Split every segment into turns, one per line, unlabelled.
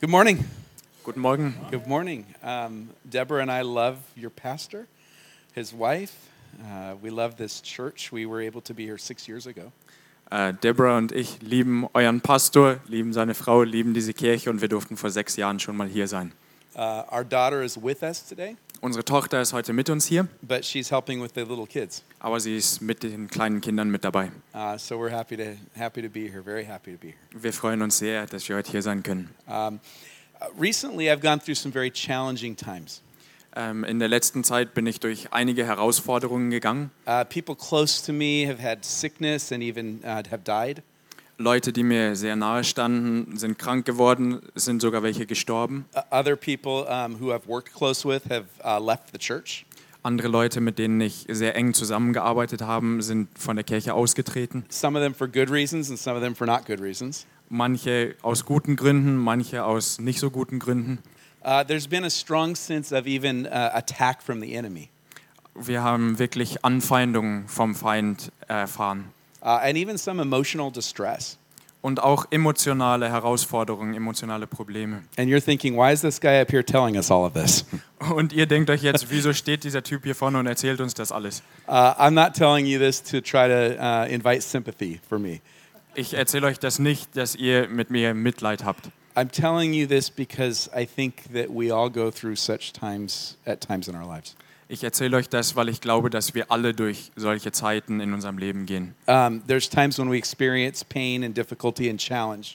Good morning.
Guten Morgen.
Good morning. Um, Deborah and I love your pastor, his wife. Uh, we love this church. We were able to be here six years ago.
Äh, Deborah und ich lieben euren Pastor, lieben seine Frau, lieben diese Kirche und wir durften vor sechs Jahren schon mal hier sein.
Uh, our daughter is with us today,
Unsere Tochter ist heute mit uns hier,
but she's helping with the little kids.
aber sie ist mit den kleinen Kindern mit dabei.
Uh, so we're happy to happy to be here. Very happy to be here.
Wir freuen uns sehr, dass wir heute hier sein können.
Uh, recently, I've gone through some very challenging times.
Ähm, in der letzten Zeit bin ich durch einige Herausforderungen gegangen.
Uh, people close to me have had sickness and even uh, have died.
Leute, die mir sehr nahe standen, sind krank geworden, es sind sogar welche gestorben.
Uh, other people um, who I've worked close with have uh, left the church.
Andere Leute, mit denen ich sehr eng zusammengearbeitet habe, sind von der Kirche ausgetreten.
Some of them for good reasons, and some of them for not good reasons.
manche aus guten Gründen, manche aus nicht so guten Gründen.
Uh, there's been a strong sense of even uh, attack from the enemy.
Wir haben wirklich Anfeindungen vom Feind erfahren
Uh, and even some emotional distress.
und auch emotionale Herausforderungen, emotionale Probleme.
And you're thinking, why is this guy up here telling us all of this?
Und ihr denkt euch jetzt, wieso steht dieser Typ hier vorne und erzählt uns das alles?
Uh, I'm not telling you this to try to uh, invite sympathy for me.
Ich erzähle euch das nicht, dass ihr mit mir Mitleid habt.
I'm telling you this because I think that we all go through such times at times in our lives.
Ich erzähle euch das, weil ich glaube, dass wir alle durch solche Zeiten in unserem Leben gehen.
Um, there's times when we experience pain and difficulty and challenge.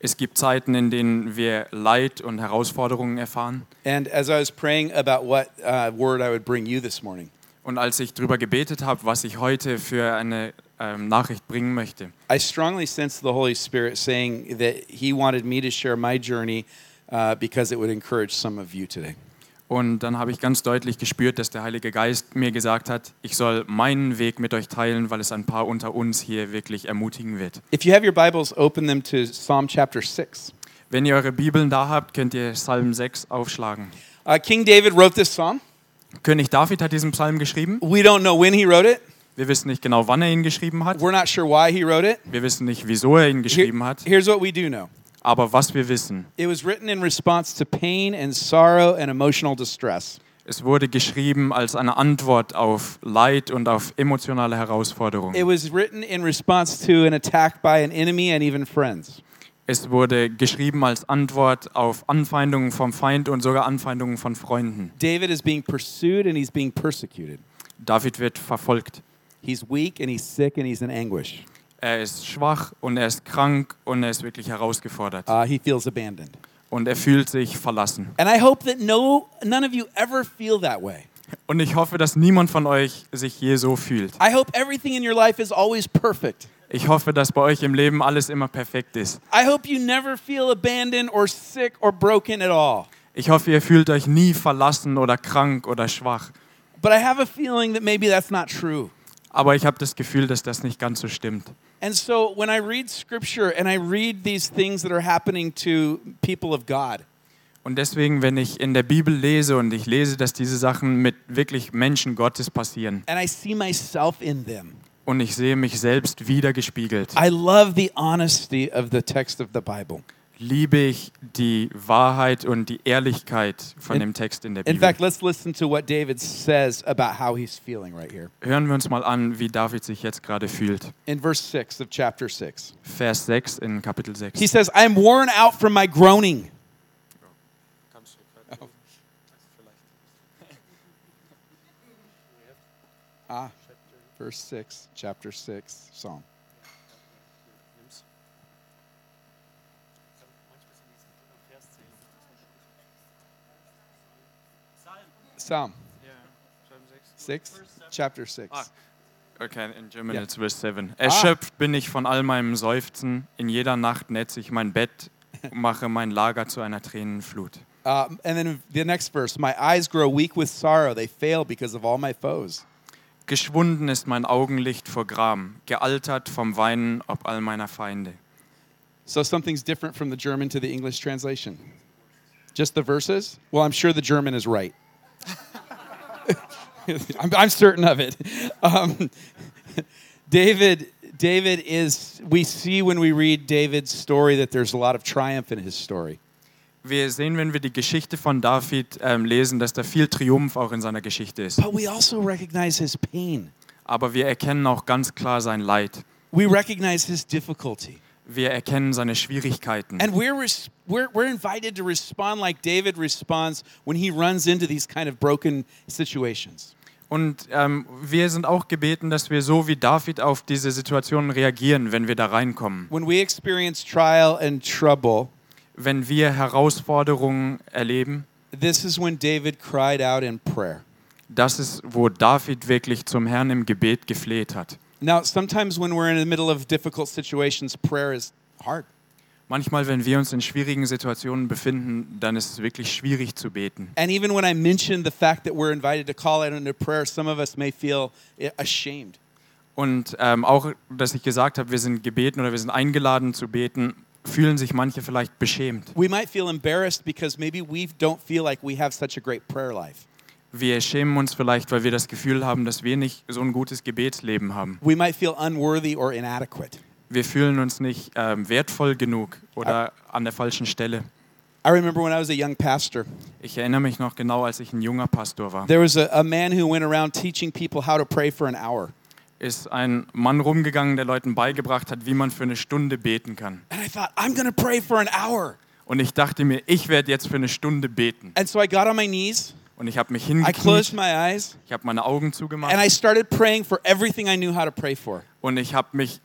Es gibt Zeiten, in denen wir Leid und Herausforderungen erfahren.
And as I was praying about what uh, word I would bring you this morning,
Und als ich darüber gebetet habe, was ich heute für eine ähm, Nachricht bringen möchte,
I strongly sense the Holy Spirit saying that He wanted me to share my journey uh, because it would encourage some of you today.
und dann habe ich ganz deutlich gespürt, dass der Heilige Geist mir gesagt hat, ich soll meinen Weg mit euch teilen, weil es ein paar unter uns hier wirklich ermutigen wird.
If you have your Bibles, open them to Psalm chapter 6.
Wenn ihr eure Bibeln da habt, könnt ihr Psalm 6 aufschlagen.
Uh, King David wrote this psalm.
König David hat diesen Psalm geschrieben.
We don't know when he wrote it,
Wir wissen nicht genau, wann er ihn geschrieben hat.
we're not sure why he wrote it.
Wir wissen nicht, wieso er ihn
Here-
geschrieben hat.
here's what we do know
Aber was wir wissen,
it was written in response to pain and sorrow and emotional distress.
es wurde geschrieben als eine Antwort auf Leid und auf emotionale Herausforderungen.
It was written in response to an attack by an enemy and even friends.
Es wurde geschrieben als Antwort auf Anfeindungen vom Feind und sogar Anfeindungen von Freunden.
David is being pursued and he's being persecuted.
David wird verfolgt.
He's weak and he's sick and he's in anguish.
Er ist schwach und er ist krank und er ist wirklich herausgefordert.
Uh, he feels abandoned.
Und er fühlt sich verlassen.
And I hope that no, none of you ever feel that way.
Und ich hoffe, dass niemand von euch sich je so fühlt.
I hope everything in your life is always perfect.
Ich hoffe, dass bei euch im Leben alles immer perfekt ist.
I hope you never feel abandoned or sick or broken at all.
Ich hoffe, ihr fühlt euch nie verlassen oder krank oder schwach.
But I have a feeling that maybe that's not true.
Aber ich habe das Gefühl, dass das nicht ganz so stimmt.
And so when I read scripture and I read these things that are happening to people of God,
Und deswegen, wenn ich in der Bibel lese und ich lese, dass diese Sachen mit wirklich Menschen Gottes passieren,
and I see myself in them,
und ich sehe mich selbst wiedergespiegelt.
I love the honesty of the text of the Bible.
Liebe ich die Wahrheit und die Ehrlichkeit von dem Text in der
In
Bibel.
fact, let's listen to what David says about how he's feeling right here.
Hören wir uns mal an, wie David sich jetzt gerade fühlt.
In verse 6 of chapter 6,
Vers 6 in Kapitel
he
6.
says, I'm worn out from my groaning. Ah, verse 6, chapter 6, Psalm. Psalm
Vers
6, chapter 6.
Ah. Okay, in German
Ja.
it's verse 7. Erschöpft bin ich von all meinem Seufzen. In jeder Nacht netze ich mein Bett, mache mein Lager zu einer Tränenflut.
Uh, and then the next verse My eyes grow weak with sorrow, they fail because of all my foes.
Geschwunden ist mein Augenlicht vor Gram, gealtert vom Weinen ob all meiner Feinde.
So something's different from the German to the English translation. Just the verses? Well, I'm sure the German is right. I'm, I'm certain of it. Um, David, David is, we see when we read David's story that there's a lot of triumph in his story.
wir sehen, wenn wir die Geschichte von David ähm, lesen, dass da viel Triumph auch in seiner Geschichte ist.
but we also recognize his pain.
Aber wir erkennen auch ganz klar sein Leid.
We recognize his difficulty.
Wir erkennen seine Schwierigkeiten.
And we're, res- we're, we're invited to respond like David responds when he runs into these kind of broken situations.
Und ähm, wir sind auch gebeten, dass wir so wie David auf diese Situationen reagieren, wenn wir da reinkommen.
When we experience trial and trouble,
Wenn wir Herausforderungen erleben,
this is when David cried out in prayer.
das ist, wo David wirklich zum Herrn im Gebet gefleht hat.
Now, sometimes when we're in the middle of difficult situations, prayer is hard.
Manchmal, wenn wir uns in schwierigen Situationen befinden, dann ist es wirklich schwierig zu beten.
And even when I mentioned the fact that we're invited to call out into prayer, some of us may feel i- ashamed.
Und ähm, auch, dass ich gesagt habe, wir sind gebeten oder wir sind eingeladen zu beten, fühlen sich manche vielleicht beschämt.
We might feel embarrassed because maybe we don't feel like we have such a great prayer life.
Wir schämen uns vielleicht, weil wir das Gefühl haben, dass wir nicht so ein gutes Gebetsleben haben.
We might feel unworthy or inadequate.
Wir fühlen uns nicht ähm, wertvoll genug oder an der falschen Stelle.
I remember when I was a young pastor,
Ich erinnere mich noch genau, als ich ein junger Pastor war.
there was a, a man who went around teaching people how to pray for an hour.
Ist ein Mann rumgegangen, der Leuten beigebracht hat, wie man für eine Stunde beten kann.
And I thought, I'm going to pray for an hour.
Und ich dachte mir, ich werde jetzt für eine Stunde beten.
And so I got on my knees,
Und ich habe mich
I closed
hingekniet,
my eyes,
ich habe meine Augen
and I
zugemacht
started praying for everything I knew how to pray for.
und ich habe mich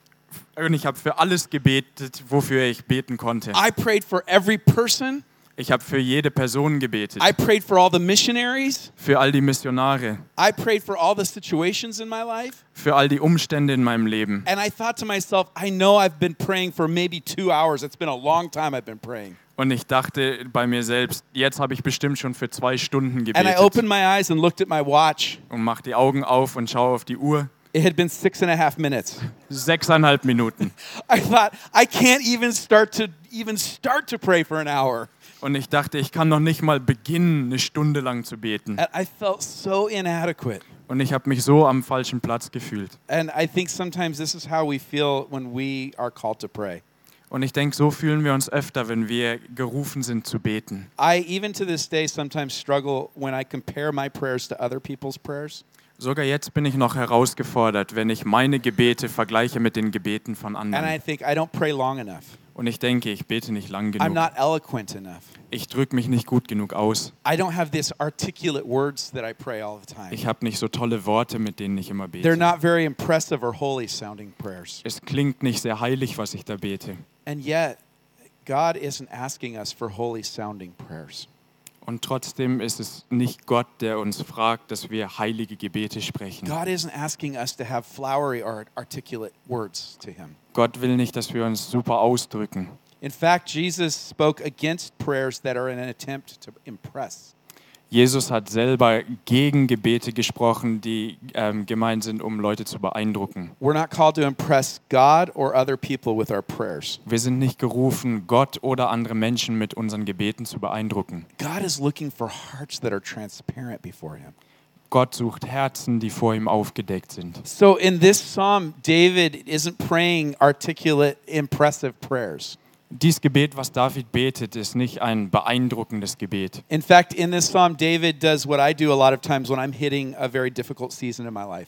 und ich habe für alles gebetet, wofür ich beten konnte.
I prayed for every person,
Ich habe für jede Person gebetet,
I prayed for all the missionaries,
für all die Missionare,
I prayed for all the situations in my life.
für all die Umstände in meinem Leben.
And I thought to myself, I know I've been praying for maybe two hours. It's been a long time I've been praying.
Und ich dachte bei mir selbst, jetzt habe ich bestimmt schon für zwei Stunden
And I
gebetet.
opened my eyes and looked at my watch.
Und mach die Augen auf und schaue auf die Uhr.
It had been six and a half minutes.
Sechseinhalb Minuten.
I thought, I can't even start to even start to pray for an hour.
Und ich dachte, ich kann noch nicht mal beginnen, eine Stunde lang zu beten.
And I felt so inadequate.
Und ich habe mich so am falschen Platz gefühlt.
And I think sometimes this is how we feel when we are called to pray.
Und ich denke, so fühlen wir uns öfter, wenn wir gerufen sind zu beten.
I even to this day sometimes struggle when I compare my prayers to other people's prayers.
Sogar jetzt bin ich noch herausgefordert, wenn ich meine Gebete vergleiche mit den Gebeten von
And I
anderen.
think I don't pray long enough.
Und ich denke, ich bete nicht lang
I'm
genug.
not eloquent enough.
Ich drücke mich nicht gut genug aus.
I don't have this articulate words that I pray all the time.
Ich habe nicht so tolle Worte, mit denen ich immer bete.
They're not very impressive or holy sounding prayers.
Es klingt nicht sehr heilig, was ich da bete.
And yet, God isn't asking us for holy sounding prayers.
Und trotzdem ist es nicht Gott, der uns fragt, dass wir heilige Gebete sprechen.
God isn't asking us to have flowery or articulate words to Him.
Gott will nicht, dass wir uns super ausdrücken.
In fact, Jesus spoke against prayers that are in an attempt to impress.
Jesus hat selber gegen Gebete gesprochen, die ähm, gemeint sind, um Leute zu beeindrucken.
We're not called to impress God or other people with our prayers.
Wir sind nicht gerufen, Gott oder andere Menschen mit unseren Gebeten zu beeindrucken.
God is looking for hearts that are transparent before Him.
Gott sucht Herzen, die vor ihm aufgedeckt sind.
So in this psalm, David isn't praying articulate, impressive prayers.
Dies Gebet, was David betet, ist nicht ein beeindruckendes Gebet.
In fact, in this psalm, David does what I do a lot of times when I'm hitting a very difficult season in my life.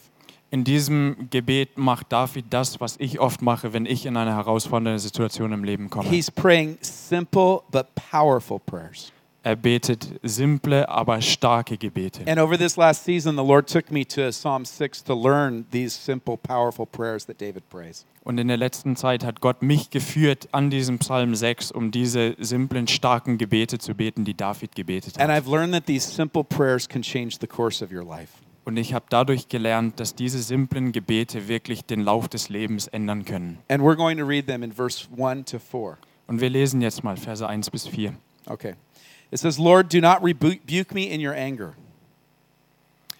In diesem Gebet macht David das, was ich oft mache, wenn ich in eine herausfordernde Situation im Leben komme.
He's praying simple but powerful prayers.
er betet simple, aber starke Gebete.
And over this last season, the Lord took me to Psalm 6 to learn these simple, powerful prayers that David prays.
Und in der letzten Zeit hat Gott mich geführt an diesem Psalm 6, um diese simplen, starken Gebete zu beten, die David gebetet
And
hat.
I've learned that these simple prayers can change the course of your life.
Und ich habe dadurch gelernt, dass diese simplen Gebete wirklich den Lauf des Lebens ändern können.
And we're going to read them in verse 1 to 4.
Und wir lesen jetzt mal Verse 1 bis 4.
Okay. It says, Lord, do not rebuke me in your anger,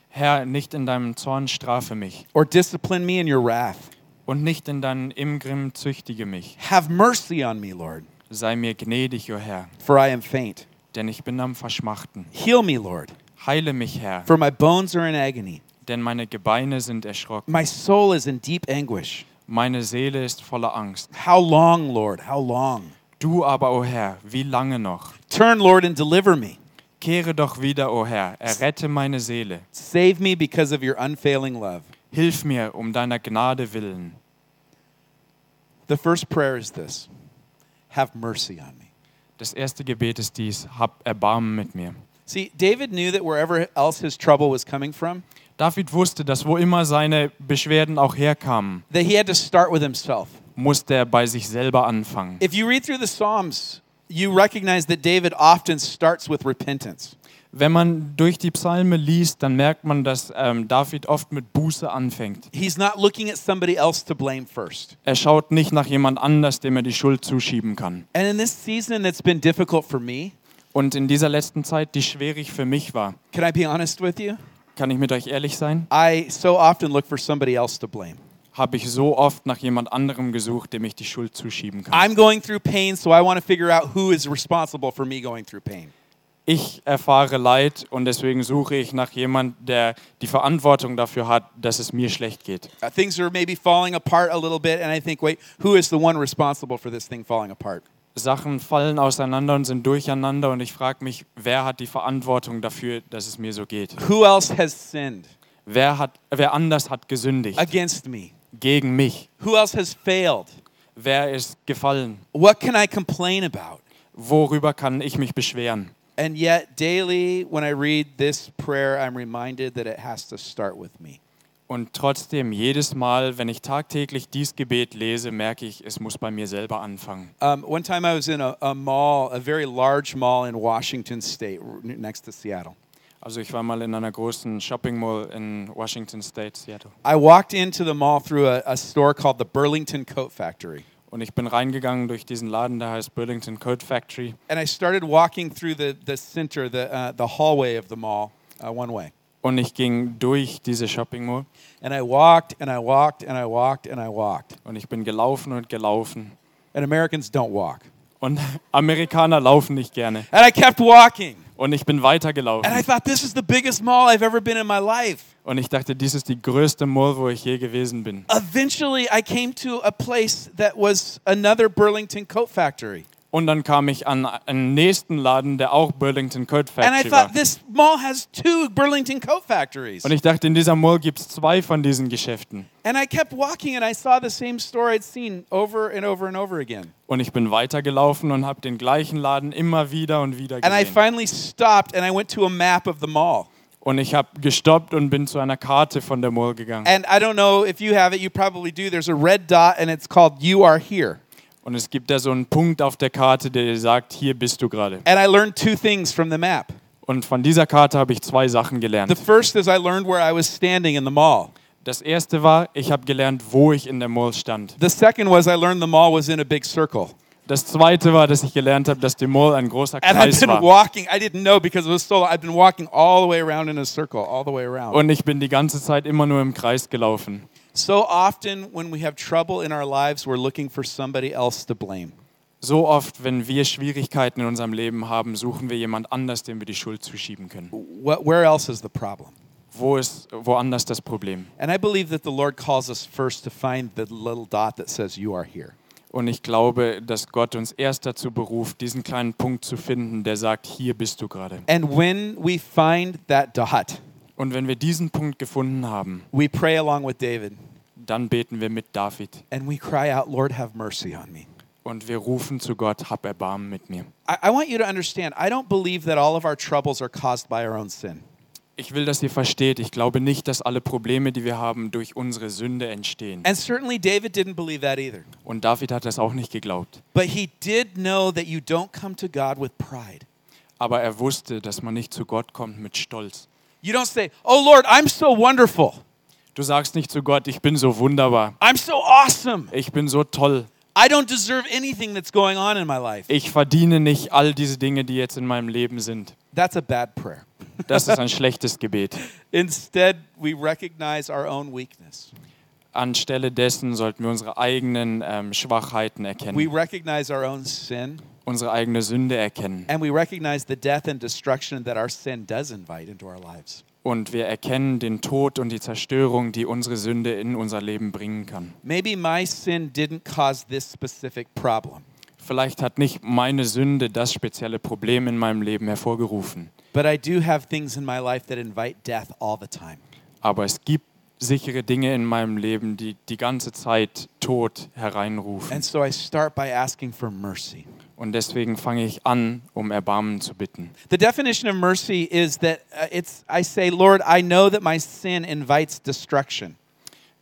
Herr, nicht in deinem Zorn strafe mich
or discipline me in your wrath.
und nicht in deinem Imgrim züchtige mich.
Have mercy on me, Lord,
Sei mir gnädig, o Herr,
for I am faint.
denn ich bin am Verschmachten.
Heal me, Lord,
Heile mich, Herr,
for my bones are in agony.
denn meine Gebeine sind erschrocken.
My soul is in deep anguish.
Meine Seele ist voller Angst.
How long, Lord? How long?
Du aber, o Herr, wie lange noch?
Turn, Lord, and deliver me.
Kehre doch wieder, o Herr, errette meine Seele.
Save me because of your unfailing love.
Hilf mir um deiner Gnade willen.
The first prayer is this Have mercy on me.
Das erste Gebet ist dies, hab Erbarmen mit mir.
See, David knew that wherever else his trouble was coming from,
David wusste, dass wo immer seine Beschwerden auch herkamen,
that he had to start with himself.
musste er bei sich selber anfangen.
If you read through the Psalms, you recognize that David often starts with repentance.
Wenn man durch die Psalme liest, dann merkt man, dass ähm, David oft mit Buße anfängt.
He's not looking at somebody else to blame first.
Er schaut nicht nach jemand anders, dem er die Schuld zuschieben kann.
And in this season that's been difficult for me,
Und in dieser letzten Zeit, die schwierig für mich war,
can I be honest with you?
kann ich mit euch ehrlich sein,
I so often look for somebody else to blame.
habe ich so oft nach jemand anderem gesucht, dem ich die Schuld zuschieben kann.
I'm going through pain, so I want to figure out who is responsible for me going through pain.
Ich erfahre Leid und deswegen suche ich nach jemand, der die Verantwortung dafür hat, dass es mir schlecht geht.
Uh, things are maybe falling apart a little bit, and I think, wait, who is the one responsible for this thing falling apart?
Sachen fallen auseinander und sind durcheinander und ich frage mich, wer hat die Verantwortung dafür, dass es mir so geht?
Who else has sinned
Wer, hat, wer anders hat gesündigt
against me?
gegen mich?
Who else has failed?
Wer ist gefallen?
What can I complain about?
Worüber kann ich mich beschweren?
And yet, daily, when I read this prayer, I'm reminded that it has to start with me.
Und trotzdem, jedes Mal, wenn ich tagtäglich dies Gebet lese, merke ich, es muss bei mir selber anfangen.
Um, one time I was in a, a mall, a very large mall in Washington State, r- next to Seattle.
Also ich war mal in einer großen Shopping Mall in Washington State, Seattle.
I walked into the mall through a, a store called the Burlington Coat Factory.
Und ich bin reingegangen durch diesen Laden, der heißt Burlington Coat Factory.
And I started walking through the, the center, the, uh, the hallway of the mall, uh, one way.
Und ich ging durch diese Shopping Mall
And I walked and I walked and I walked and I walked.
und ich bin gelaufen und gelaufen.
And Americans don't walk.
Und Amerikaner laufen nicht gerne.
And I kept walking.
Und ich bin
And I
weitergelaufen.
thought, this is the biggest mall I've ever been in my life.
Und ich dachte, dies ist die größte Mall, wo ich je gewesen bin.
Eventually, I came to a place that was another Burlington Coat Factory.
Und dann kam ich an einen nächsten Laden, der auch Burlington Coat
And I
Factory war.
thought, this mall has two Burlington Coat Factories.
Und ich dachte, in dieser Mall gibt es zwei von diesen Geschäften.
And I kept walking and I saw the same store I'd seen over and over and over again.
Und ich bin weitergelaufen und habe den gleichen Laden immer wieder und wieder
And I
gesehen.
finally stopped and I went to a map of the mall.
Und ich habe gestoppt und bin zu einer Karte von der Mall gegangen.
And I don't know if you have it, you probably do. There's a red dot and it's called You Are Here.
Und es gibt da so einen Punkt auf der Karte, der dir sagt, hier bist du gerade.
And I learned two things from the map.
Und von dieser Karte habe ich zwei Sachen
The
gelernt.
first is I learned where I was standing in the mall.
Das erste war, ich habe gelernt, wo ich in der Mall stand.
The second was I learned the mall was in a big circle.
Das zweite war, dass ich gelernt habe, dass die Mall ein großer
And I've
Kreis
been
war.
walking, I didn't know because it was so long. I've been walking all the way around in a circle, all the way around.
Und ich bin die ganze Zeit immer nur im Kreis gelaufen.
So often, when we have trouble in our lives, we're looking for somebody else to blame.
So oft, wenn wir Schwierigkeiten in unserem Leben haben, suchen wir jemand anders, dem wir die Schuld zuschieben können.
What, where else is the problem?
Wo ist woanders das Problem?
And I believe that the Lord calls us first to find the little dot that says, You are here.
Und ich glaube, dass Gott uns erst dazu beruft, diesen kleinen Punkt zu finden, der sagt, hier bist du gerade.
And when we find that dot,
Und wenn wir diesen Punkt gefunden haben,
we pray along with David
dann beten wir mit David
and we cry out, Lord, have mercy on me.
und wir rufen zu Gott, hab Erbarmen mit mir.
I, I want you to understand, I don't believe that all of our troubles are caused by our own sin.
Ich will, dass ihr versteht, ich glaube nicht, dass alle Probleme, die wir haben, durch unsere Sünde entstehen.
And certainly David didn't believe that either.
Und David hat das auch nicht geglaubt.
But he did know that you don't come to God with pride.
Aber er wusste, dass man nicht zu Gott kommt mit Stolz.
You don't say, Oh, Lord, I'm so wonderful.
Du sagst nicht zu Gott, ich bin so wunderbar,
I'm so awesome.
ich bin so toll,
I don't deserve anything that's going on in my life.
ich verdiene nicht all diese Dinge, die jetzt in meinem Leben sind.
That's a bad prayer.
Das ist ein schlechtes Gebet.
Instead, we recognize our own weakness.
Anstelle dessen sollten wir unsere eigenen ähm, Schwachheiten
We
erkennen,
recognize our own sin,
unsere eigene Sünde erkennen.
and we recognize the death and destruction that our sin does invite into our lives.
Und wir erkennen den Tod und die Zerstörung, die unsere Sünde in unser Leben bringen kann.
Maybe my sin didn't cause this specific problem,
Vielleicht hat nicht meine Sünde das spezielle Problem in meinem Leben hervorgerufen,
But I do have things in my life that invite death all the time.
aber es gibt sichere Dinge in meinem Leben, die die ganze Zeit Tod hereinrufen.
And so I start by asking for mercy.
Und deswegen fange ich an, um Erbarmen zu bitten.
The definition of mercy is that uh, it's I say, Lord, I know that my sin invites destruction.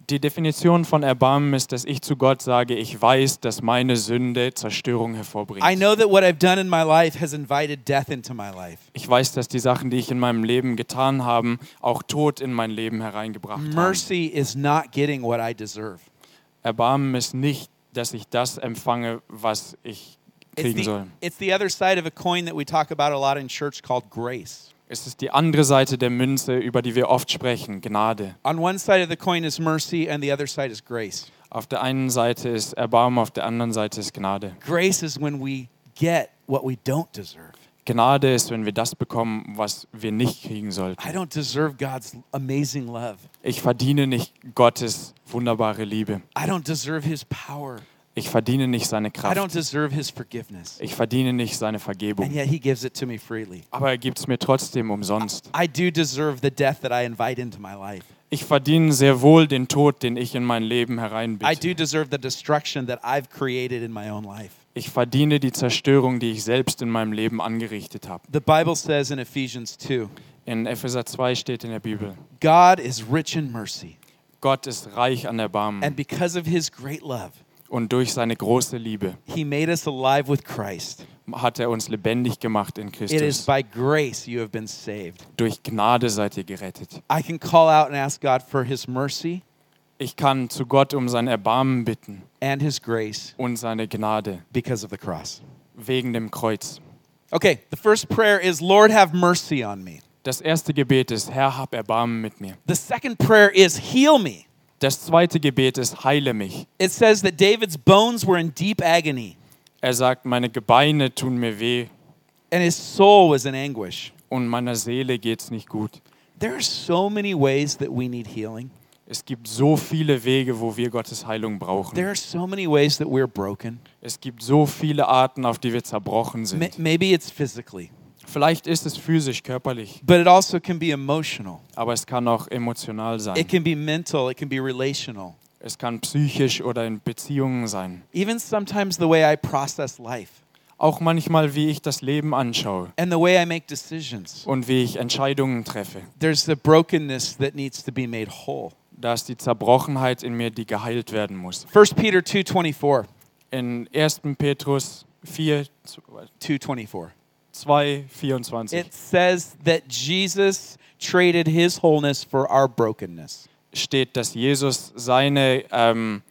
Die Definition von Erbarmen ist, dass ich zu Gott sage, ich weiß, dass meine Sünde Zerstörung
I
hervorbringt.
know that what I've done in my life has invited death into my life.
Ich weiß, dass die Sachen, die ich in meinem Leben getan habe, auch Tod in mein Leben hereingebracht haben.
Mercy is not getting what I deserve.
Erbarmen ist nicht, dass ich das empfange, was ich
It's
kriegen
the,
soll.
it's the other side of a coin that we talk about a lot in church called grace.
Es ist die andere Seite der Münze, über die wir oft sprechen, Gnade.
On one side of the coin is mercy, and the other side is grace.
Auf der einen Seite ist Erbarmen, auf der anderen Seite ist Gnade.
Grace is when we get what we don't deserve.
Gnade ist, wenn wir das bekommen, was wir nicht kriegen sollten.
I don't deserve God's amazing love.
Ich verdiene nicht Gottes wunderbare Liebe.
I don't deserve his power.
Ich verdiene nicht seine
I don't
Kraft.
deserve his forgiveness.
Ich verdiene nicht seine
And
Vergebung.
yet he gives it to me freely.
Aber er gibt es mir trotzdem umsonst.
I do deserve the death that I invite into my life.
Ich verdiene sehr wohl den Tod, den ich in mein Leben
I
hereinbitte.
do deserve the destruction that I've created in my own life.
Ich verdiene die Zerstörung, die ich selbst in meinem Leben angerichtet habe.
The Bible says in Ephesians 2
In Epheser 2 steht in der Bibel,
God is rich in mercy,
Gott ist reich an Erbarmen
and because of his great love,
und durch seine große Liebe
he made us alive with Christ.
hat er uns lebendig gemacht in
It is
Christus.
by grace you have been saved.
Durch Gnade seid ihr gerettet.
I can call out and ask God for his mercy
Ich kann zu Gott um sein Erbarmen bitten
and his grace
und seine Gnade
because of the cross.
wegen dem Kreuz.
Okay, the first prayer is Lord, have mercy on me.
Das erste Gebet ist, Herr, hab Erbarmen mit mir.
The second prayer is heal me.
Das zweite Gebet ist, heile mich.
It says that David's bones were in deep agony
Er sagt, meine Gebeine tun mir weh
and his soul was in anguish.
und meiner Seele geht's nicht gut.
There are so many ways that we need healing.
Es gibt so viele Wege, wo wir Gottes Heilung brauchen.
There are so many ways that we're broken.
Es gibt so viele Arten, auf die wir zerbrochen
M-
sind.
maybe it's physically,
Vielleicht ist es physisch, körperlich,
but it also can be emotional.
aber es kann auch emotional
It
sein.
can be mental, it can be relational.
Es kann psychisch oder in Beziehungen sein.
Even sometimes the way I process life
Auch manchmal, wie ich das Leben anschaue
and the way I make decisions.
und wie ich Entscheidungen treffe.
There's the brokenness that needs to be made whole.
Da ist die Zerbrochenheit in mir, die geheilt werden muss.
1 Peter 2:24.
In 1. Petrus 4,
2:24.
2, 24
It says that Jesus traded his wholeness for our brokenness.
steht, dass Jesus seine ähm,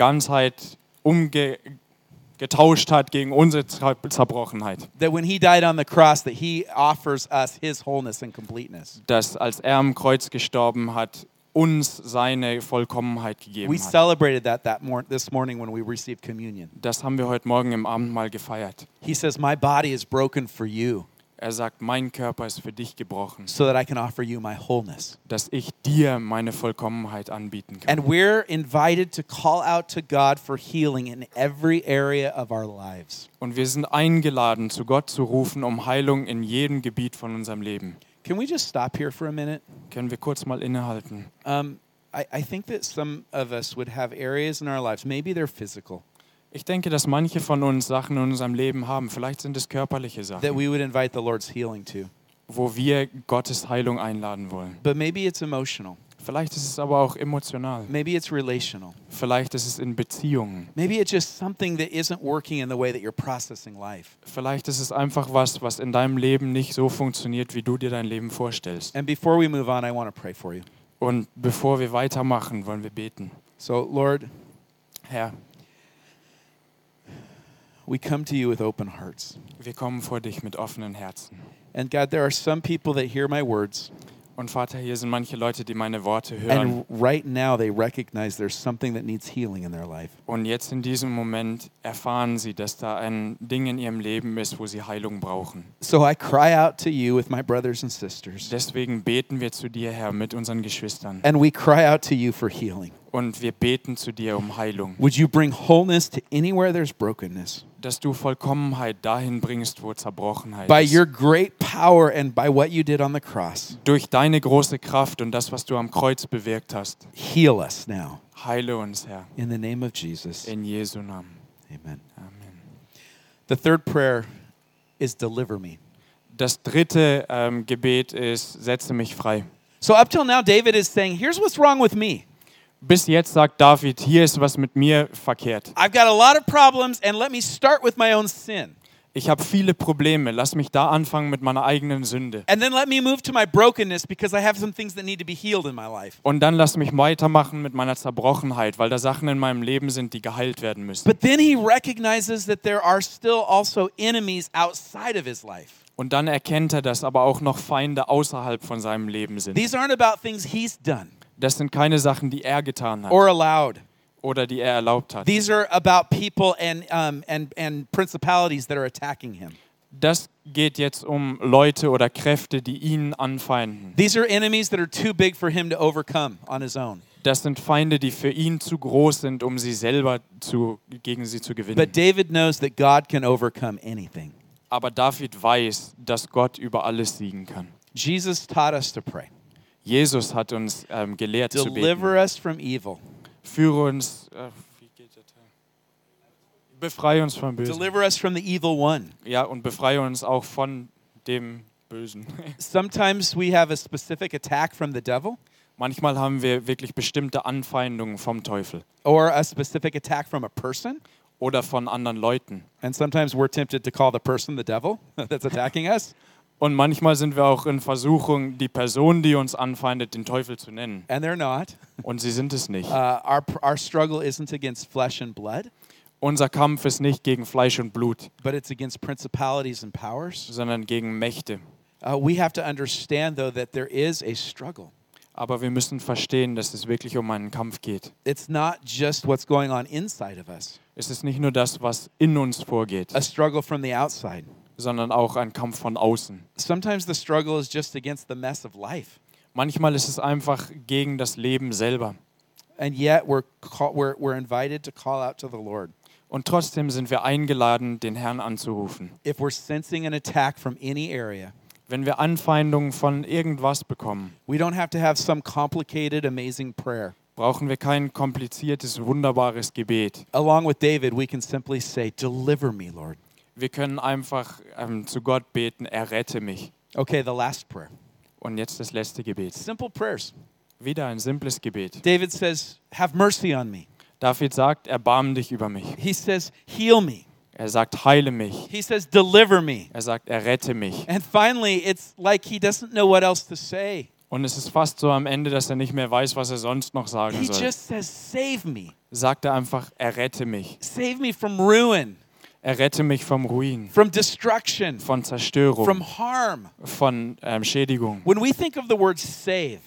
Ganzheit umgetauscht hat gegen unsere Zer- Zerbrochenheit.
That when he died on the cross that he offers us his wholeness and completeness.
Dass als er am Kreuz gestorben hat, uns seine Vollkommenheit gegeben
We
hat.
celebrated that that mor- this morning when we received communion.
Das haben wir heute Morgen im Abendmahl gefeiert.
He says, "My body is broken for you
Er sagt, mein Körper ist für dich gebrochen,
so that I can offer you my wholeness."
dass ich dir meine Vollkommenheit anbieten kann.
And we're invited to call out to God for healing in every area of our lives.
Und wir sind eingeladen, zu Gott zu rufen, um Heilung in jedem Gebiet von unserem Leben.
Can we just stop here for a minute?
Können wir kurz mal innehalten?
Um, I, I think that some of us would have areas in our lives, maybe they're physical,
Ich denke, dass manche von uns Sachen in unserem Leben haben. Vielleicht sind es körperliche
that
Sachen,
we would invite the Lord's healing to.
wo wir Gottes Heilung einladen wollen.
But maybe it's emotional.
Vielleicht ist es aber auch emotional.
Maybe it's relational.
Vielleicht ist es in Beziehungen.
Maybe it's just something that isn't working in the way that you're processing life.
Vielleicht ist es einfach was, was in deinem Leben nicht so funktioniert, wie du dir dein Leben vorstellst.
And before we move on, I want to pray for you.
Und bevor wir weitermachen, wollen wir beten.
So, Lord,
Herr,
we come to you with open hearts.
wir kommen vor dich mit offenen Herzen.
And God, there are some people that hear my words,
Und Vater, hier sind manche Leute, die meine Worte hören.
and right now they recognize there's something that needs healing in their life.
Und jetzt in diesem Moment erfahren sie, dass da ein Ding in ihrem Leben ist, wo sie Heilung brauchen.
So I cry out to you with my brothers and sisters,
Deswegen beten wir zu dir, Herr, mit unseren Geschwistern.
and we cry out to you for healing.
Und wir beten zu dir um Heilung,
Would you bring wholeness to anywhere there's brokenness?
dass du Vollkommenheit dahin bringst, wo Zerbrochenheit
by
ist.
your great power and by what you did on the cross.
Durch deine große Kraft und das, was du am Kreuz bewirkt hast,
Heal us now.
heile uns, Herr,
In the name of Jesus.
in Jesu Namen.
Amen.
Amen.
The third prayer is deliver me.
Das dritte ähm, Gebet ist, setze mich frei.
So up till now, David is saying, here's what's wrong with me.
Bis jetzt sagt David, hier ist was mit mir verkehrt.
I've got a lot of problems, and let me start with my own sin.
Ich habe viele Probleme. Lass mich da anfangen mit meiner eigenen Sünde.
And then let me move to my brokenness because I have some things that need to be healed in my life.
Und dann lass mich weitermachen mit meiner Zerbrochenheit, weil da Sachen in meinem Leben sind, die geheilt werden müssen.
But then he recognizes that there are still also enemies outside of his life.
Und dann erkennt er, dass aber auch noch Feinde außerhalb von seinem Leben sind.
These aren't about things he's done
Das sind keine Sachen, die er getan hat
or allowed.
oder die er erlaubt hat.
These are about people and, um, and, and principalities that are attacking him.
Das geht jetzt um Leute oder Kräfte, die ihn anfeinden.
These are enemies that are too big for him to overcome on his own.
Das sind Feinde, die für ihn zu groß sind, um sie selber zu, gegen sie zu gewinnen.
But David knows that God can overcome anything.
Aber David weiß, dass Gott über alles siegen kann.
Jesus taught us to pray.
Jesus hat uns ähm, gelehrt zu beten.
Deliver us from evil.
Führe uns, äh, wie geht der Teil? befreie uns vom Bösen.
Deliver us from the evil one.
Ja, und befreie uns auch von dem Bösen.
Sometimes we have a specific attack from the devil
Manchmal haben wir wirklich bestimmte Anfeindungen vom Teufel
or a specific attack from a person.
oder von anderen Leuten.
And sometimes we're tempted to call the person the devil that's attacking us.
Und manchmal sind wir auch in Versuchung, die Person, die uns anfeindet, den Teufel zu nennen.
And they're not.
Und sie sind es nicht.
Uh, our, our struggle isn't against flesh and blood,
Unser Kampf ist nicht gegen Fleisch und Blut,
but it's against principalities and powers.
sondern gegen Mächte.
Uh, we have to understand, though, that there is a struggle.
Aber wir müssen verstehen, dass es wirklich um einen Kampf geht.
It's not just what's going on inside of us,
Es ist nicht nur das, was in uns vorgeht,
a struggle from the outside.
sondern auch ein Kampf von außen.
Sometimes the struggle is just against the mess of life.
Manchmal ist es einfach gegen das Leben selber.
And yet we're, call, we're, we're invited to call out to the Lord.
Und trotzdem sind wir eingeladen, den Herrn anzurufen.
If we're sensing an attack from any area,
Wenn wir Anfeindungen von irgendwas bekommen,
we don't have to have some complicated, amazing prayer.
brauchen wir kein kompliziertes, wunderbares Gebet.
Along with David, we can simply say, Deliver me, Lord.
Wir können einfach ähm, zu Gott beten, errette mich.
Okay, the last prayer.
Und jetzt das letzte Gebet.
Simple prayers.
Wieder ein simples Gebet.
David says, Have mercy on me.
David sagt, erbarm dich über mich.
He says, Heal me.
Er sagt, heile mich.
He says, Deliver me.
Er sagt, errette mich.
And finally, it's like he doesn't know what else to say.
Und es ist fast so am Ende, dass er nicht mehr weiß, was er sonst noch sagen
He
soll.
just says, Save me.
Sagt er einfach, errette mich.
Save me from ruin,
Errette mich vom Ruin,
from destruction,
von
from
Zerstörung,
harm.
von ähm, Schädigung.
When we think of the word save,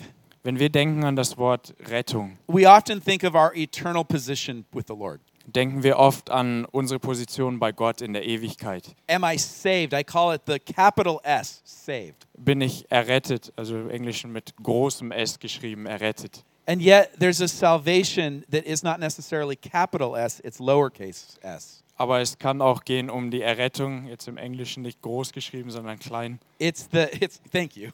Wenn wir denken an das Wort Rettung,
we often think of our eternal position with the Lord.
denken wir oft an unsere Position bei Gott in der Ewigkeit.
Am I saved? I call it the capital S, saved.
bin ich errettet, also im Englischen mit großem S geschrieben, errettet.
And yet there's a salvation that is not necessarily capital S, it's lowercase s.
Aber es kann auch gehen um die Errettung, jetzt im Englischen nicht groß geschrieben, sondern klein.
It's the it's thank you.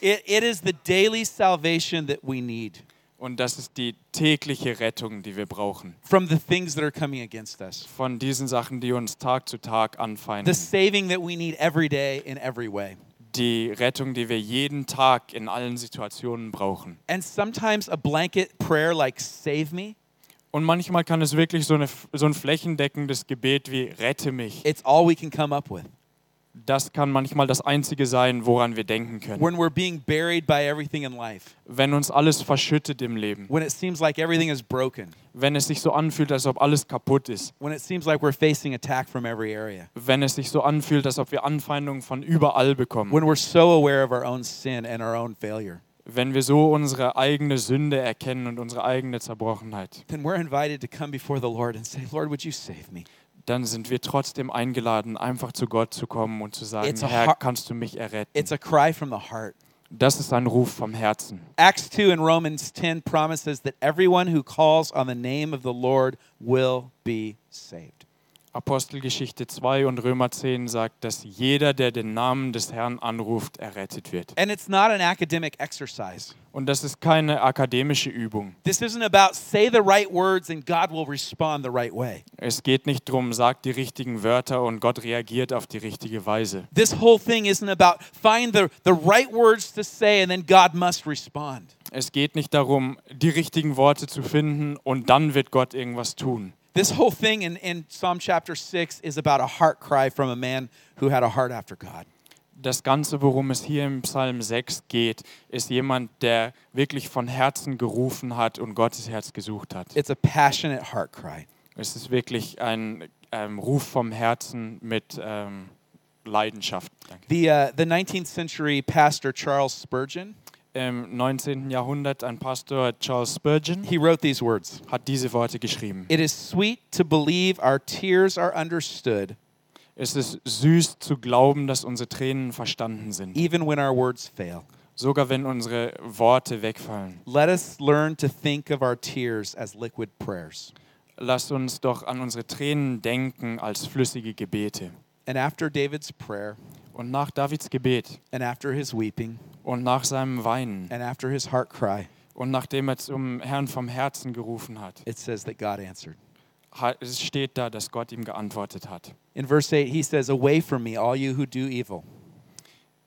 it, it is the daily salvation that we need
Und das ist die tägliche Rettung, die wir brauchen.
from the things that are coming against us.
Von diesen Sachen, die uns Tag zu Tag
The
anfeinden.
saving that we need every day in every way.
Die Rettung, die wir jeden Tag in allen Situationen brauchen.
And sometimes a blanket prayer like save me,
Und manchmal kann es wirklich so, eine, so ein flächendeckendes Gebet wie Rette mich.
it's all we can come up with.
Das kann manchmal das Einzige sein, woran wir denken können.
When we're being buried by everything in life,
Wenn uns alles verschüttet im Leben.
when it seems like everything is broken,
wenn es sich so anfühlt, als ob alles kaputt ist,
when it seems like we're facing attack from every area,
wenn es sich so anfühlt, als ob wir Anfeindungen von überall bekommen,
when we're so aware of our own sin and our own failure,
wenn wir so unsere eigene Sünde erkennen und unsere eigene Zerbrochenheit,
then we're invited to come before the Lord and say, Lord, would you save me?
dann sind wir trotzdem eingeladen, einfach zu Gott zu kommen und zu sagen,
It's a
Herr,
har-
kannst du mich erretten?
It's a cry from the heart.
Das ist ein Ruf vom Herzen.
Acts 2 and Romans 10 promises that everyone who calls on the name of the Lord will be saved.
Apostelgeschichte 2 und Römer 10 sagt, dass jeder, der den Namen des Herrn anruft, errettet wird.
And it's not an academic exercise.
Und das ist keine akademische Übung.
This isn't about say the right words and God will respond the right way.
Es geht nicht darum, sag die richtigen Wörter und Gott reagiert auf die richtige Weise.
This whole thing isn't about find the, the right words to say and then God must respond.
Es geht nicht darum, die richtigen Worte zu finden und dann wird Gott irgendwas tun.
This whole thing in, in Psalm chapter 6 is about a heart cry from a man who had a heart after God.
Das Ganze, worum es hier im Psalm 6 geht, ist jemand, der wirklich von Herzen gerufen hat und Gottes Herz gesucht hat.
It's a passionate heart cry.
Es ist wirklich ein ähm, Ruf vom Herzen mit ähm, Leidenschaft. Danke.
The, uh, the 19th century pastor Charles Spurgeon,
Im 19. Jahrhundert ein Pastor Charles Spurgeon
he wrote these words.
hat diese Worte geschrieben.
It is sweet to believe our tears are understood
Es ist süß zu glauben, dass unsere Tränen verstanden sind,
even when our words fail.
sogar wenn unsere Worte wegfallen.
Let us learn to think of our tears as liquid prayers.
Lasst uns doch an unsere Tränen denken als flüssige Gebete.
And after David's prayer,
Und nach Davids Gebet
and after his weeping,
und nach seinem Weinen
and after his heart cry,
und nachdem er zum Herrn vom Herzen gerufen hat,
it says that God answered.
hat- es steht da, dass Gott ihm geantwortet hat.
In verse 8, he says, Away from me, all you who do evil.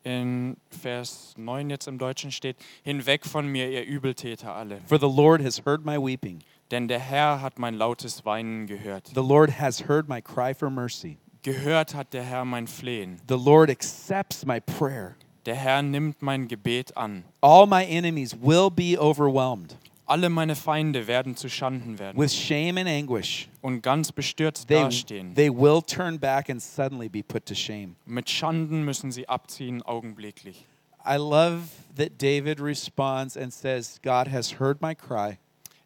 In Vers 9 jetzt im Deutschen steht, hinweg von mir, ihr Übeltäter alle.
For the Lord has heard my weeping.
Denn der Herr hat mein lautes Weinen gehört.
The Lord has heard my cry for mercy.
Gehört hat der Herr mein Flehen.
The Lord accepts my prayer.
Der Herr nimmt mein Gebet an.
All my enemies will be overwhelmed
Alle meine Feinde werden zu Schanden werden
with shame and anguish.
und ganz bestürzt
They,
dastehen.
they will turn back and suddenly be put to shame.
Mit Schanden müssen sie abziehen, augenblicklich.
I love that David responds and says, God has heard my cry,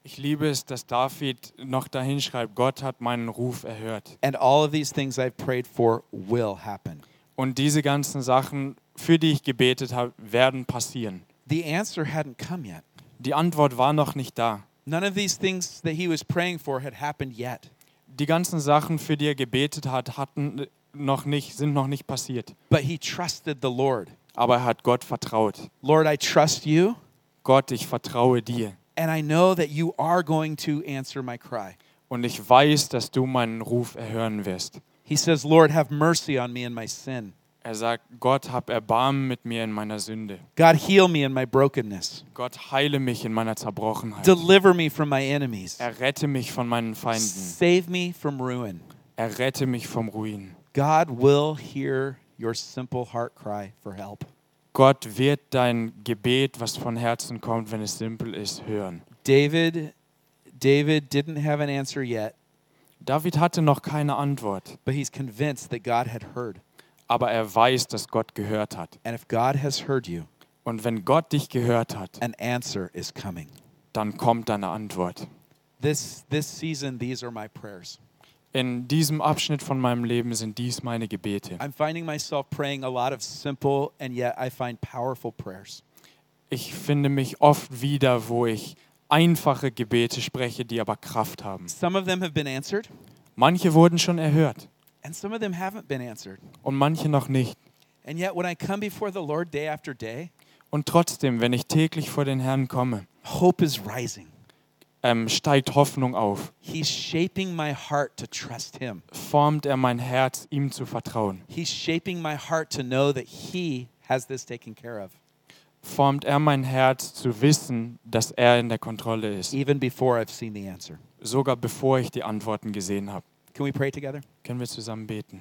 Ich liebe es, dass David noch dahin schreibt, Gott hat meinen Ruf erhört.
and all of these things I've prayed for will happen.
Und diese ganzen Sachen, für die ich gebetet habe, werden passieren.
The answer hadn't come yet.
Die Antwort war noch nicht da.
None of these things that he was praying for had happened yet.
Die ganzen Sachen, für die er gebetet hat, hatten noch nicht, sind noch nicht passiert.
But he trusted the Lord.
Aber er hat Gott vertraut.
Lord, I trust you,
Gott, ich vertraue dir.
and I know that you are going to answer my cry.
Und ich weiß, dass du meinen Ruf erhören wirst.
He says, Lord, have mercy on me in my sin.
Er sagt, Gott, hab Erbarmen mit mir in meiner Sünde.
God, heal me in my brokenness.
Gott, heile mich in meiner Zerbrochenheit.
Deliver me from my enemies.
Errette mich von meinen Feinden.
Save me from ruin.
Errette mich vom Ruin.
God will hear your simple heart cry for help.
Gott wird dein Gebet, was von Herzen kommt, wenn es simpel ist, hören.
David David didn't have an answer yet,
David hatte noch keine Antwort,
but he's convinced that God had heard.
aber er weiß, dass Gott gehört hat.
And if God has heard you,
Und wenn Gott dich gehört hat,
an answer is coming.
dann kommt deine Antwort.
This this season these are my prayers.
In diesem Abschnitt von meinem Leben sind dies meine Gebete.
I'm finding myself praying a lot of simple and yet I find powerful prayers.
Ich finde mich oft wieder, wo ich einfache Gebete spreche, die aber Kraft haben.
Some of them have been answered
Manche wurden schon erhört
and some of them haven't been answered.
und manche noch nicht.
And yet when I come before the Lord day after day,
Und trotzdem, wenn ich täglich vor den Herrn komme,
hope is rising.
ähm, steigt Hoffnung auf,
He's shaping my heart to trust him.
formt er mein Herz, ihm zu vertrauen.
He's shaping my heart to know that He has this taken care of,
Formt er mein Herz zu wissen, dass er in der Kontrolle ist,
even before I've seen the answer.
sogar bevor ich die Antworten gesehen habe.
Can we pray together?
Können wir zusammen beten?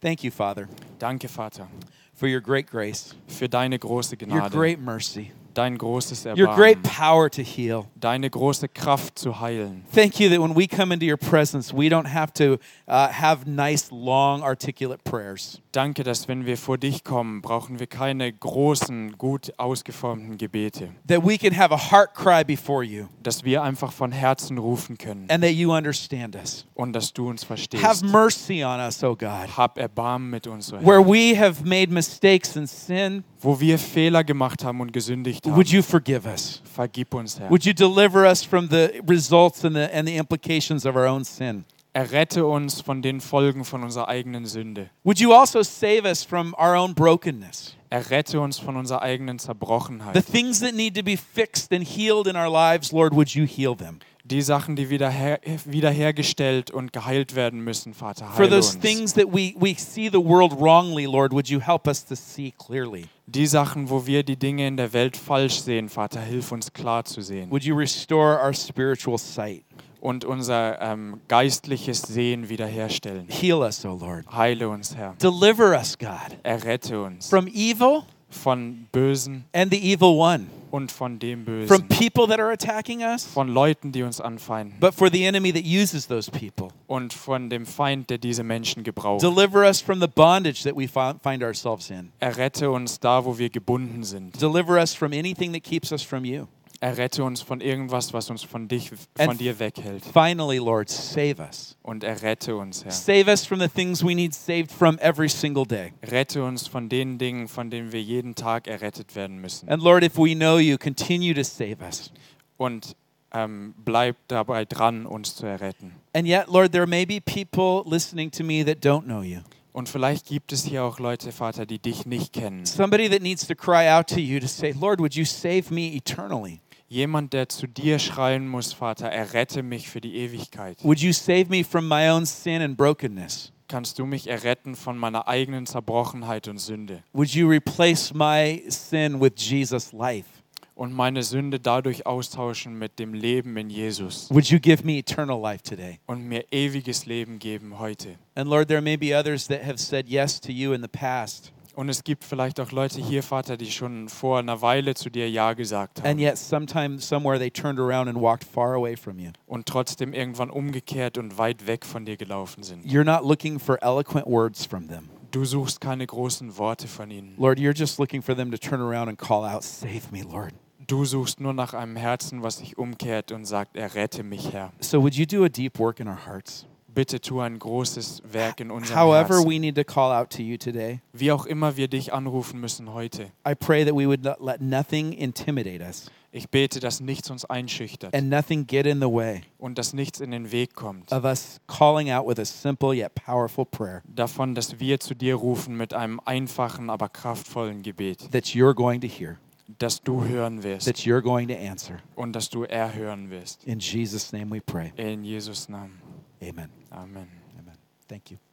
Thank you, Father,
Danke, Vater,
for your great grace,
für deine große
your
Gnade,
great mercy,
dein großes
your great
Erbarmen,
power to heal.
deine große Kraft zu heilen.
Thank you that when we come into your presence, we don't have to uh, have nice, long, articulate prayers.
Danke, dass wenn wir vor dich kommen, brauchen wir keine großen, gut ausgeformten Gebete,
That we can have a heart cry before you
dass wir einfach von Herzen rufen können
and that you understand us.
und dass du uns
Have
verstehst.
mercy on us, O God,
Hab Erbarmen mit uns, o Herr.
where we have made mistakes and sin.
wo wir Fehler gemacht haben und gesündigt haben.
Would you forgive us?
Vergib uns, Herr.
Would you deliver us from the results and the, and the implications of our own sin?
Errette uns von den Folgen von unserer eigenen Sünde.
Would you also save us from our own brokenness?
Errette uns von unserer eigenen
The
Zerbrochenheit.
things that need to be fixed and healed in our lives, Lord, would you heal them?
Die Sachen, die wiederher wiederhergestellt und geheilt werden müssen, Vater,
For
heile
those
uns.
things that we, we see the world wrongly, Lord, would you help us to see clearly?
Die Sachen, wo wir die Dinge in der Welt falsch sehen, Vater, hilf uns klar zu sehen
Would you restore our spiritual sight?
und unser ähm, geistliches Sehen wiederherstellen.
Heal us, O Lord.
Heile uns, Herr.
Deliver us, God,
Errette uns
from evil
von Bösen
and the evil one,
und von dem
from
Bösen.
people that are attacking us,
Von Leuten, die uns anfeinden
but for the enemy that uses those people.
und von dem Feind, der diese Menschen gebraucht.
Deliver us from the bondage that we fi- find ourselves in.
Errette uns da, wo wir gebunden sind.
Deliver us from anything that keeps us from you.
Errette uns von irgendwas, was uns von, dich,
And-
von dir weghält.
Finally, Lord, save us.
Und errette uns, Herr.
Save us from the things we need saved from every single day.
Rette uns von den Dingen, von denen wir jeden Tag errettet werden müssen.
And Lord, if we know you, continue to save us.
Und ähm, bleib dabei dran, uns zu erretten.
And yet, Lord, there may be people listening to me that don't know you.
Und vielleicht gibt es hier auch Leute, Vater, die dich nicht kennen.
Somebody that needs to cry out to you to say, Lord, would you save me eternally?
Jemand, der zu dir schreien muss, Vater, errette mich für die Ewigkeit.
Would you save me from my own sin and brokenness?
Kannst du mich erretten von meiner eigenen Zerbrochenheit und Sünde
Would you replace my sin with Jesus' life?
und meine Sünde dadurch austauschen mit dem Leben in Jesus
Would you give me eternal life today?
und mir ewiges Leben geben heute?
And Lord, there may be others that have said yes to you in the past,
Und es gibt vielleicht auch Leute hier, Vater, die schon vor einer Weile zu dir Ja gesagt
and
haben
yet sometime somewhere they turned around and walked far away from you.
und trotzdem irgendwann umgekehrt und weit weg von dir gelaufen sind.
You're not looking for eloquent words from them.
Du suchst keine großen Worte von ihnen.
Lord, you're just looking for them to turn around and call out, Save me, Lord.
Du suchst nur nach einem Herzen, was sich umkehrt und sagt, errette mich, Herr.
So would you do a deep work in our hearts?
Bitte tu ein großes Werk in unserem
However,
Herzen.
we need to call out to you today.
Wie auch immer wir dich anrufen müssen heute.
I pray that we would not let nothing intimidate us
Ich bete, dass nichts uns einschüchtert
and nothing get in the way
und dass nichts in den Weg kommt.
of us calling out with a simple yet powerful prayer
Davon, dass wir zu dir rufen mit einem einfachen, aber kraftvollen Gebet,
that you're going to hear,
das du hören wirst
that you're going to answer.
und das du erhören wirst.
In Jesus' name we pray.
In Jesus' Namen.
Amen.
Amen.
Amen. Thank you.